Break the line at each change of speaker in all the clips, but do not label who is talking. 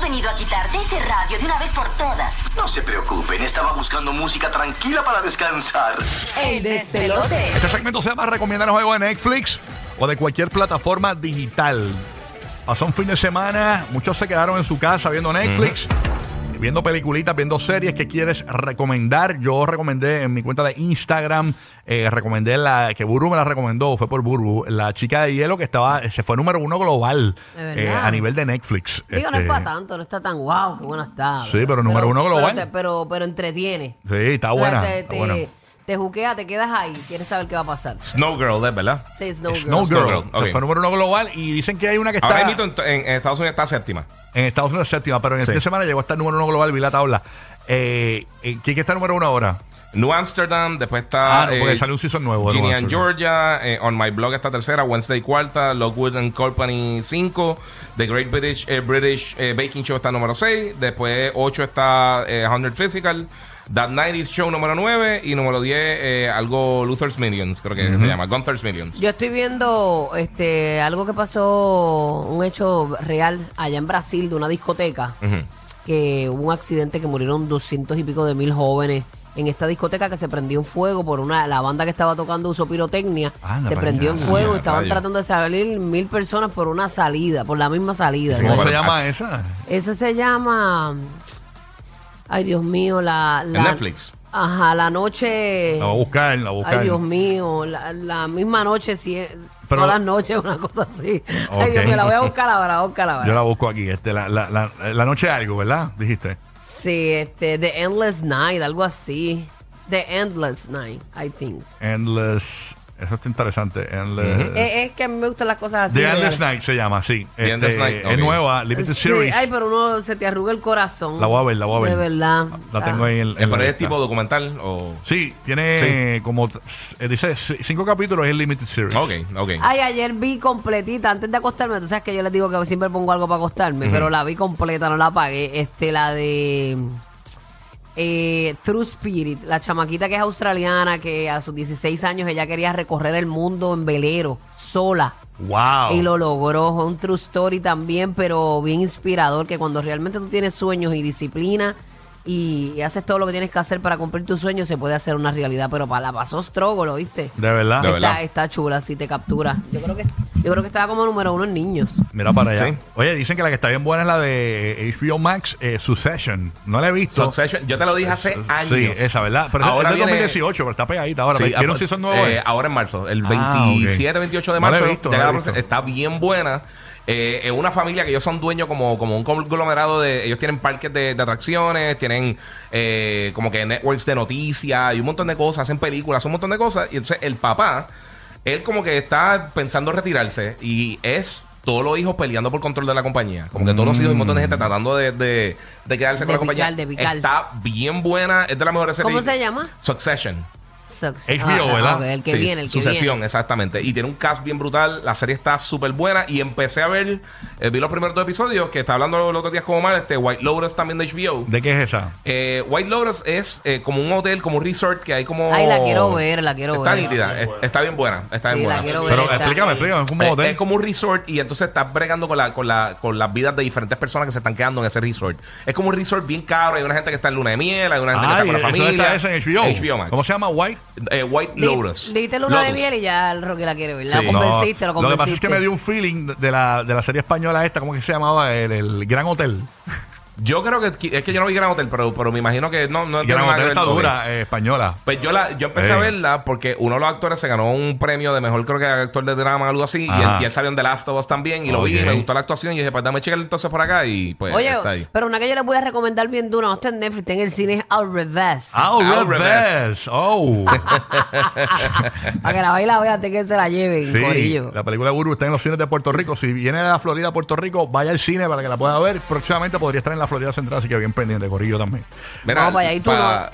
decidido a quitarte ese radio de una vez por todas.
No se preocupen, estaba buscando música tranquila para descansar.
El despelote.
Este segmento se llama Recomendar un juego de Netflix o de cualquier plataforma digital. Pasó un fin de semana, muchos se quedaron en su casa viendo Netflix, viendo peliculitas, viendo series que quieres recomendar. Yo recomendé en mi cuenta de Instagram, eh, recomendé la que Burbu me la recomendó, fue por Burbu, la chica de hielo que estaba, se fue número uno global
De verdad.
eh, a nivel de Netflix.
Digo, no es
Este,
para tanto, no está tan guau, qué buena está.
Sí, pero número uno
pero
global.
te- Pero, pero entretiene.
Sí, está
O sea,
buena.
te,
está
te-
buena.
te juquea, te quedas ahí, quieres saber qué va a pasar.
Snow Girl, es verdad.
Sí, Snow Girl.
Snow Girl,
Snow Girl,
se
ok.
fue número uno global y dicen que hay una que está...
Ahora mismo en, en Estados Unidos está séptima.
En Estados Unidos séptima, pero en
Sí.
esta semana llegó hasta el número uno global, vi la tabla. Eh, eh, ¿Quién que está número uno ahora?
New Amsterdam, después está.
Ah, no, porque sale un season nuevo de
Ginny
New
and
Amsterdam.
Georgia, eh, On My Blog está tercera, Wednesday cuarta, Lockwood and Company 5, The Great British, eh, British eh, Baking Show está número 6, después 8 está eh, 100 Physical, That 90 Show número 9 y número 10 eh, algo Luther's Millions, creo que se llama, Gunther's Millions.
Yo estoy viendo este algo que pasó, un hecho real allá en Brasil de una discoteca, que hubo un accidente que murieron doscientos y pico de mil jóvenes en esta discoteca que se prendió en fuego por una la banda que estaba tocando usó pirotecnia,
Ah,
Anda
se
pa'l
prendió en
diablo.
fuego y
Anda,
estaban
rayo.
tratando de salir mil personas por una salida, por la misma salida.
Sí,
¿Cómo
¿no?
se
bueno,
llama esa?
Esa se llama. Ay, Dios mío, la. la-
Netflix.
Ajá, la noche.
La voy a buscar, la voy a buscar.
Ay, Dios mío, la, la misma noche, si es.
Pero-
todas las noches, una cosa así. Ay, Dios
Ok.
mío, la voy a buscar ahora, buscar
Yo
ahora.
la busco aquí. Este, la, la, la, la noche algo, ¿verdad? Dijiste.
Sí, este, The Endless Night, algo así. The Endless Night, I think.
Endless. Eso está interesante. Endless.
Es, es que a mí me gustan las cosas Eh, así.
The
reales.
Endless Night se llama, sí. Este,
The Endless Night,
Es
ok.
nueva, Limited
Sí,
Series.
ay, pero uno se te arruga el corazón.
La voy a ver, la voy a ver.
De verdad. Ah.
La tengo ahí en, en
Eh, pero
la
es
lista.
tipo documental o.
Sí, tiene eh, como. eh, dice c- cinco capítulos, es Limited Series.
Ok, ok.
Ay, ayer vi completita antes de acostarme. Tú sabes que yo les digo que siempre pongo algo para acostarme, pero la vi completa, no la pagué. Este, la de eh, Through Spirit, la chamaquita que es australiana, que a sus 16 años ella quería recorrer el mundo en velero, sola.
Wow.
Y lo logró, fue un true story también, pero bien inspirador, que cuando realmente tú tienes sueños y disciplina y, y haces todo lo que tienes que hacer para cumplir tus sueños, se puede hacer una realidad, pero para la pasó Strogo, ¿lo viste?
De verdad.
De
Ah, Está,
verdad.
está chula, si te captura. Yo creo que yo creo que estaba como número uno en niños.
Mira para allá.
Sí.
Oye, dicen que la que está bien buena es la de HBO Max, eh, Succession. No la he visto.
Succession, yo te lo dije hace años.
Sí, esa, ¿verdad? Pero ahora
Ahora
es de
viene-
2018, pero está pegadita ahora.
Sí,
¿Vieron
ah,
si son nuevos?
eh, ahora en marzo, el
Ah,
27,
ok.
28 de
No la he
marzo.
visto,
llega
no la he
la próxima.
visto.
está bien buena. Eh, es una familia que ellos son dueños como, como un conglomerado de... Ellos tienen parques de, de atracciones, tienen eh, como que networks de noticias y un montón de cosas, hacen películas, un montón de cosas. Y entonces el papá, él como que está pensando retirarse y es todos los hijos peleando por control de la compañía. Como que todos los hijos y un montón de
Mm.
gente tratando de, de- de quedarse
De
con la
picar,
compañía.
de picar.
Está bien buena, es de las mejores
¿Cómo
series.
se llama?
Succession.
Sucks.
HBO,
Ah,
¿verdad?
ok, el que
Sí,
viene, el que
sucesión,
viene.
exactamente. Y tiene un cast bien brutal. La serie está súper buena. Y empecé a ver, eh, vi los primeros dos episodios que está hablando los otros días como mal, este White Lotus también de HBO.
¿De qué es esa?
Eh, White Lotus es eh, como un hotel, como un resort que hay como.
Ay, la quiero ver, la quiero
está
ver.
nítida, es- está bien buena. Está
Sí,
bien
la
buena.
quiero ver.
Pero
está-
explícame, explícame. Es como un
Eh,
hotel.
es como un resort y entonces estás bregando con, la, con, la, con las vidas de diferentes personas que se están quedando en ese resort. Es como un resort bien caro. Hay una gente que está en luna de miel, hay una gente
Ay,
que está con la
eso está
familia.
esa en HBO.
Max.
¿Cómo se llama? White.
Eh, White
Di-
Lotus.
Dijiste luna de
Lotus.
miel y ya el Rocky la quiere ver. La
Sí.
convenciste, lo
lo que pasa es
convenciste.
que me dio un feeling de la, de la serie española esta, ¿cómo que se llamaba? El, el Gran Hotel.
Yo creo que qui- es que yo no vi Gran Hotel, pero, pero me imagino que no, no
El Gran
tiene nada
Hotel
que
está
ver con-
dura, eh, española.
Pues yo la, yo empecé
Sí.
a verla porque uno de los actores se ganó un premio de mejor creo que actor de drama o algo así. Y él,
Ajá.
y él salió en The Last of Us también. Y lo vi
Ok.
y me gustó la actuación. Y dije, pues dame checar entonces por acá. Y pues
Oye,
está ahí.
pero una que yo les voy a recomendar bien dura, no está en Netflix, está en el cine es Al Revés.
Oh,
Al
revés. Oh.
Para que la baila, vea, antes que se la lleven,
sí.
corillo.
La película Guru está en los cines de Puerto Rico. Si viene de la Florida a Puerto Rico, vaya al cine para que la pueda ver. Próximamente podría estar en la Florida Central, así que bien pendiente, Corillo también.
Vamos para allá, ¿y tú,
pa-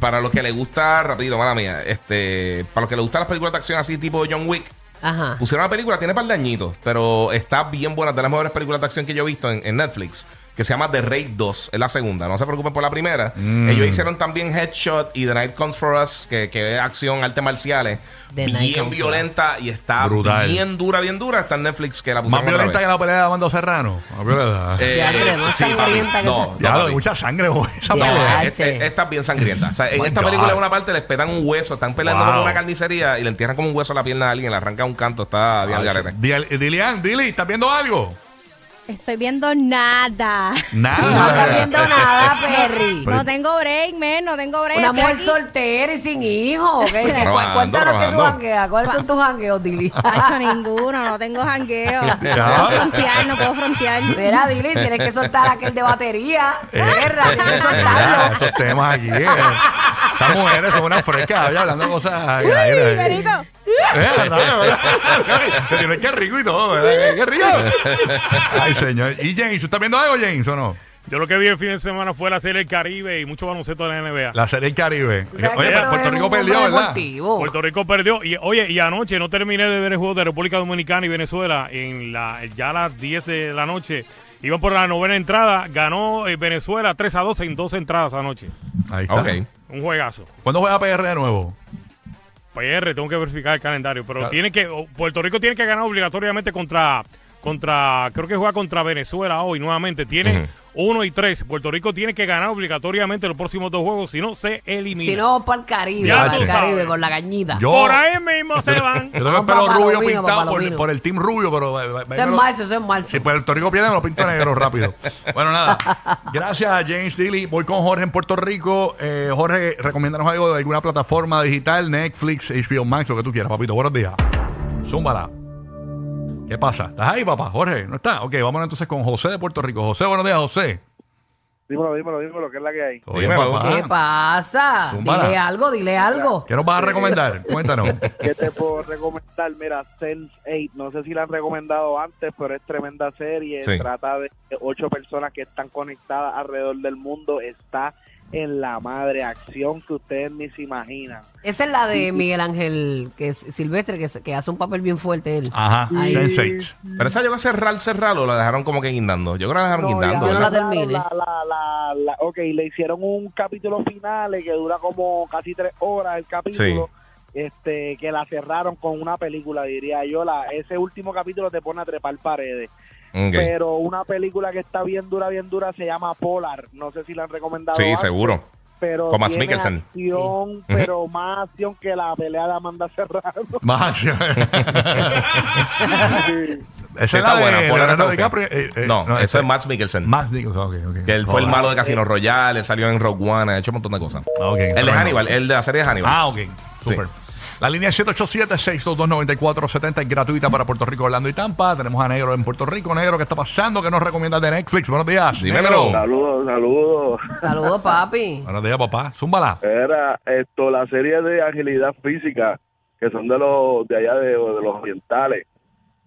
para los que les gusta, rapidito, mala mía, este, para los que les gustan las películas de acción así tipo John Wick,
Ajá.
Pusieron la película, tiene par de añitos, pero está bien buena, de las mejores películas de acción que yo he visto en, en Netflix. que se llama The Raid 2. Es la segunda, no se preocupen por la primera.
Mm.
Ellos hicieron también Headshot y The Night Comes For Us, que, que es acción, artes marciales.
The Night Comes For
bien
Us.
violenta y está
Brutal.
bien dura, bien dura. Está en Netflix que la
Más
pusieron otra
violenta que
vez.
la pelea de Amando Serrano. Más violenta.
Eh,
Ya, pero más
sí, papi.
sangrienta que esa-
No, no,
ya lo
papi.
mucha sangre, güey. Esa
Ya.
pelea.
Eh, eh,
Che.
Esta es bien sangrienta. O sea, en
My
esta
God.
película, en una parte le esperan un hueso, están peleando
Wow.
como una carnicería y le entierran como un hueso a la pierna a alguien, le arranca un canto, está bien al garete.
Dil- Dilian, Dili, ¿estás viendo algo?
Estoy viendo nada.
No
Nada.
estás viendo nada, Perry.
No tengo break, men, no tengo break.
Una
Estoy
mujer
aquí.
soltera y sin hijos. ¿ok? Cu-
Trabajando,
Cuéntanos que tú
trabajando.
jangueas. ¿Cuáles son tus jangueos, Dili?
Hacho, ninguno, no tengo jangueo.
Ya.
No puedo frontear, no puedo frontear.
Mira, Dili, tienes que soltar aquel de batería.
Eh,
Guerra, tienes que
ya,
soltarlo.
esos temas aquí. eh. Estas mujeres son unas frescas, ya, hablando cosas. al aire.
Uy, Perico.
Eh, no, no, no, qué rico y todo, ¿verdad? Qué rico. Ay, señor. ¿Y James? ¿Tú estás viendo algo, James, o no?
Yo lo que vi el fin de semana fue la serie del Caribe y mucho baloncesto de la NBA.
La serie del Caribe.
Tú sabes
Oye,
que
pero
tú
Puerto
eres
Rico
un hombre
perdió, ¿verdad?
deportivo.
Puerto Rico perdió. Y oye, y anoche no terminé de ver el juego de República Dominicana y Venezuela en la ya a las 10 de la noche. Iban por la novena entrada, ganó eh, Venezuela 3 a 2 en dos entradas anoche.
Ahí está.
Ok.
Un juegazo.
¿Cuándo juega PR de nuevo?
PR, tengo que verificar el calendario, pero
Claro.
tiene que o- Puerto Rico tiene que ganar obligatoriamente contra contra creo que juega contra Venezuela hoy nuevamente. Tiene uno y tres. Puerto Rico tiene que ganar obligatoriamente los próximos dos juegos, si no se elimina.
Si no, para el Caribe,
Ya
para
tú
el Caribe,
sabes.
con la cañita.
Yo-
Por ahí mismo se
Yo
van.
tengo el
Vamos
pelo
para
rubio
Palomino, para
pintado por,
Palomino.
por el team rubio, pero... eh, eh,
Eso es
me-
marzo, eso es marzo.
Si Puerto Rico pues pierde, me lo pinto negro rápido. Bueno, nada. Gracias a James Dilly. Voy con Jorge en Puerto Rico. Eh, Jorge, recomiéndanos algo de alguna plataforma digital, Netflix, HBO Max, lo que tú quieras, papito. Buenos días. Zúmbala. ¿Qué pasa? ¿Estás ahí, papá? Jorge, ¿no está? Ok, vámonos entonces con José de Puerto Rico. José, buenos días, José.
Dímelo, dímelo, dímelo, que es la que hay.
Oye,
Dímelo.
papá.
¿Qué pasa?
Zúmbala.
Dile algo, dile algo.
¿Qué nos vas a recomendar? Cuéntanos.
¿Qué te puedo recomendar? Mira, Sense8, no sé si la han recomendado antes, pero es tremenda serie.
Sí.
Trata de ocho personas que están conectadas alrededor del mundo. Está en la madre acción que ustedes ni se imaginan.
Esa es la de Miguel Ángel que es Silvestre, que, se- que hace un papel bien fuerte él.
Ajá,
Ay.
Sense8.
Pero esa llegó a cerrar, cerrar o la dejaron como que guindando. Yo creo que la dejaron
No, ya
guindando.
Yo no la
¿verdad?
cerraron
terminé.
la- la- la- la- ok, le hicieron un capítulo final eh, que dura como casi tres horas el capítulo. Este, que la cerraron con una película, diría yo. La, ese último capítulo te pone a trepar paredes.
Ok.
Pero una película que está bien dura, bien dura, se llama Polar. No sé si la han recomendado.
Sí,
antes,
seguro.
Pero
Con Mads
tiene
Mikkelsen.
acción, pero más acción que la pelea de Amanda Serrano.
Más acción.
Sí.
Esa
Está
es la
buena,
de
por la
Leonardo
que está
DiCaprio. Eh, eh,
no, eso
esa- eh,
es Max Mikkelsen.
Max Nicholson, ok, ok.
que él fue el
Joder.
malo de Casino Royale, él salió en Rogue One, ha hecho un montón de cosas.
Ah, ok.
El de Hannibal, el de la serie de Hannibal.
Ah, ok. Super.
Sí.
La línea 787-622-9470 es gratuita para Puerto Rico, Orlando y Tampa. Tenemos a Negro en Puerto Rico. Negro, ¿qué está pasando? ¿Qué nos recomiendas de Netflix? Buenos días.
Dímelo.
Negro.
Saludos, saludos.
Saludos, papi.
Buenos días, papá. Zúmbala.
Era esto, la serie de agilidad física, que son de los de allá, de, los orientales,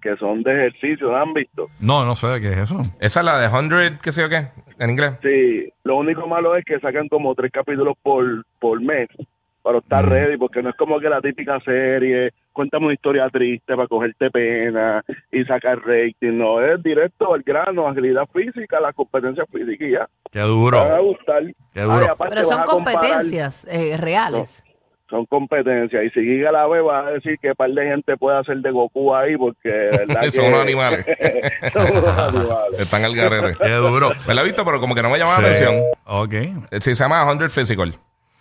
que son de ejercicio, ¿han visto?
No, no sé de qué es eso.
Esa es la de 100, qué sé yo qué, en inglés.
Sí, lo único malo es que sacan como tres capítulos por, por mes para estar ready, porque no es como que la típica serie, cuéntame una historia triste para cogerte pena y sacar rating, no, es directo al grano, agilidad física, las competencias físicas y ya, te
Qué
van a
duro.
gustar.
Qué duro.
Ay, aparte vas
Pero son
a comparar-
competencias eh, reales.
son competencias, y si Giga la ve vas a decir que par de gente puede hacer de Goku ahí, porque de verdad que-
Son unos animales.
son unos animales.
Están al garete.
Qué duro.
Me la he visto, pero como que no me llamaba la
Sí.
atención.
Ok.
Eh, Sí, se llama 100 Physical.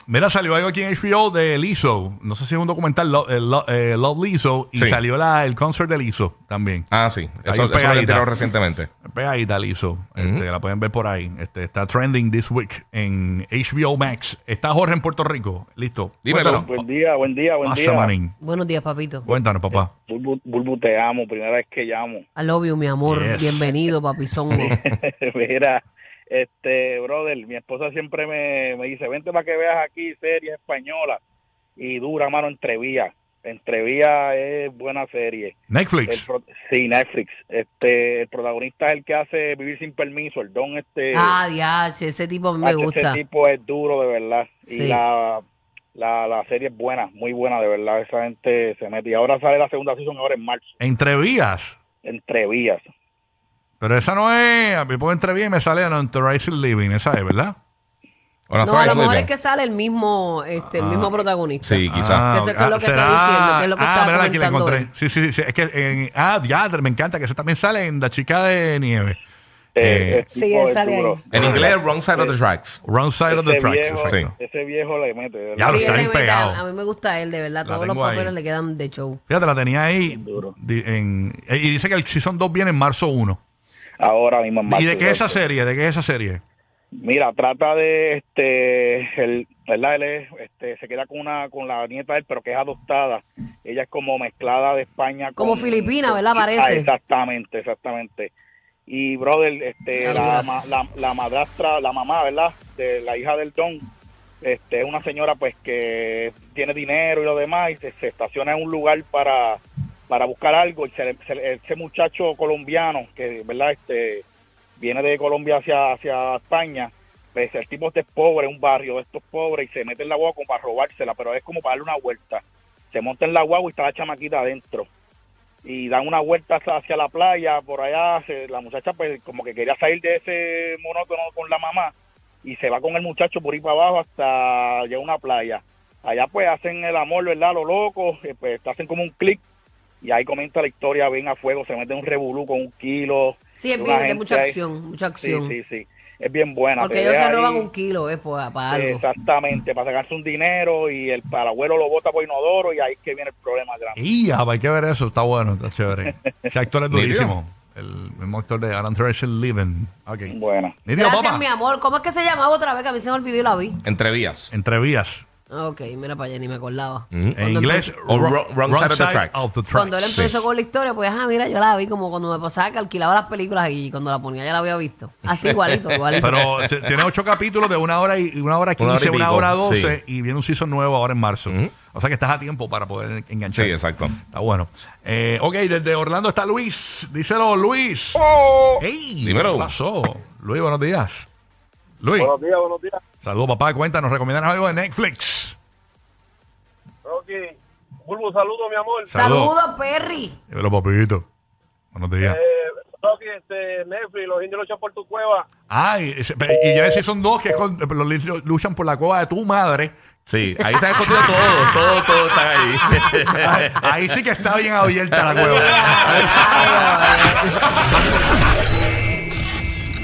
Mira, salió algo aquí en HBO de Lizzo. No sé si es un documental, Lo- eh, Lo- eh, Love Lizzo. Y
Sí.
salió la, el concert de Lizzo también.
Ah, sí.
Ahí
Eso, eso lo
pegadita.
retiraron recientemente.
Pegadita Lizzo, este, la pueden ver por ahí. Este, está trending this week en HBO Max. Está Jorge en Puerto Rico. Listo.
Dímelo.
Cuéntanos.
Buen día, buen día, buen
Pasa,
día.
manín.
Buenos días, papito.
Cuéntanos, papá.
Bulbu, Bulbu, te amo, primera vez que llamo.
I love you, mi amor.
Yes.
Bienvenido, papizongo.
Mira, este, brother, mi esposa siempre me, me dice, vente para que veas aquí series españolas. Y dura, mano, Entrevía. Entrevía es buena serie. El
Netflix.
pro- sí, Netflix. Este, el protagonista es el que hace Vivir sin Permiso, el don este...
ah, diache, ese tipo a mí me
macho,
gusta.
Ese tipo es duro, de verdad.
Sí.
Y la, la, la serie es buena, muy buena, de verdad. Esa gente se mete. Y ahora sale la segunda season, ahora en marzo.
Entrevías.
Entrevías.
Pero esa no es. Me pongo entre bien y me sale Rising Living. Esa es, ¿verdad?
O la
No, a lo
Fries
mejor
Living.
es que sale el mismo, este, el mismo protagonista.
Sí,
Ah.
quizás.
Que eso es lo que está
será-
diciendo, que es lo que
ah,
estaba
mira, aquí la
comentando
encontré.
él.
Sí, sí, sí. Es que en, ah, diadre, me encanta que eso también sale en La Chica de Nieve.
Eh,
Eh,
es
sí,
tipo
él sale
duro.
ahí.
Ah.
En inglés, Wrong Side of the Tracks.
Wrong Side of the
Ese
Tracks.
este viejo,
exacto.
Ese viejo le mete. de
Ya
verdad.
Sí,
lo
él
está
le
bien
mete-
pegado.
a mí me gusta él, de verdad.
La
Todos los
tengo ahí.
papeles le quedan de show.
Fíjate, la tenía ahí.
Duro.
di- en- eh, y dice que el Season 2 viene en marzo 1.
Ahora mismo en
¿Y de
marzo,
qué es esa
exacto.
serie? ¿De qué es esa serie?
Mira, trata de este, el, ¿verdad? Él es, este, se queda con una, con la nieta de él, pero que es adoptada. Ella es como mezclada de España.
Como
con-
filipina, ¿verdad?
Ah,
Parece.
exactamente, exactamente. Y brother, este,
Ayuda.
la, ma- la, la madrastra, la mamá, ¿verdad? De la hija del don, este, es una señora pues que tiene dinero y lo demás y se, se estaciona en un lugar para, para buscar algo y se, le- se le- ese muchacho colombiano que, ¿verdad? Este, viene de Colombia hacia, hacia España, pues el tipo este es pobre, un barrio de estos pobres, y se mete en la guagua como para robársela, pero es como para darle una vuelta. Se monta en la guagua y está la chamaquita adentro. Y dan una vuelta hacia, hacia la playa, por allá, se- la muchacha pues como que quería salir de ese monótono con la mamá, y se va con el muchacho por ahí para abajo hasta llegar a una playa. Allá pues hacen el amor, ¿verdad? Lo loco, eh, pues hacen como un clic, y ahí comienza la historia bien a fuego, se mete un revolú con un kilo.
Sí, es
una
bien, es de
gente
mucha
ahí.
acción, mucha
Sí,
acción.
sí, sí. Es bien buena.
Porque
te
ellos
deja
se roban
ahí,
un kilo, es para, algo.
Exactamente, para sacarse un dinero y el parabuelo lo bota por inodoro y ahí es que viene el problema grande.
Y ya, hay que ver eso. Está bueno, está chévere. Ese actor es durísimo. El mismo actor de Alan Thresher Living. Ok.
Buena.
Nidio,
Gracias,
papá.
mi amor. ¿Cómo es que se llamaba otra vez? Que a mí se me olvidó y la vi.
Entre vías.
Entre vías.
Ah, Ok, mira para allá, ni me acordaba.
Mm.
En
Cuando
inglés,
empezó-
O Wrong- Wrong Side of the Tracks.
of the
Cuando él
Tracks.
empezó con la historia, pues, ajá, mira, yo la vi como cuando me pasaba que alquilaba las películas y cuando la ponía ya la había visto. Así igualito, igualito.
Pero t- tiene ocho capítulos de una hora y una hora
Una hora y
quince, una
pico,
hora doce,
sí.
y viene un season nuevo ahora en marzo.
Ujú.
O sea que estás a tiempo para poder
Sí,
enganchar.
exacto.
Está bueno. Eh, ok, desde Orlando está Luis. Díselo, Luis. Ey,
Dímelo.
¿Qué pasó? Luis, buenos días. Luis,
Buenos días, buenos días.
saludos, papá. Cuéntanos, recomiendan algo de Netflix.
Rocky, Bulbo, saludo, mi amor.
Saludos, Perry.
Dímelo, papito. Buenos días.
Eh, Rocky, este, Netflix, los indios luchan por tu cueva.
Ay, ese- y ya decís son dos que es con- eh, los li- luchan por la cueva de tu madre.
Sí, ahí está escondido todo. Todo, todo está ahí.
Ay, Eh, ahí sí que está bien abierta la cueva.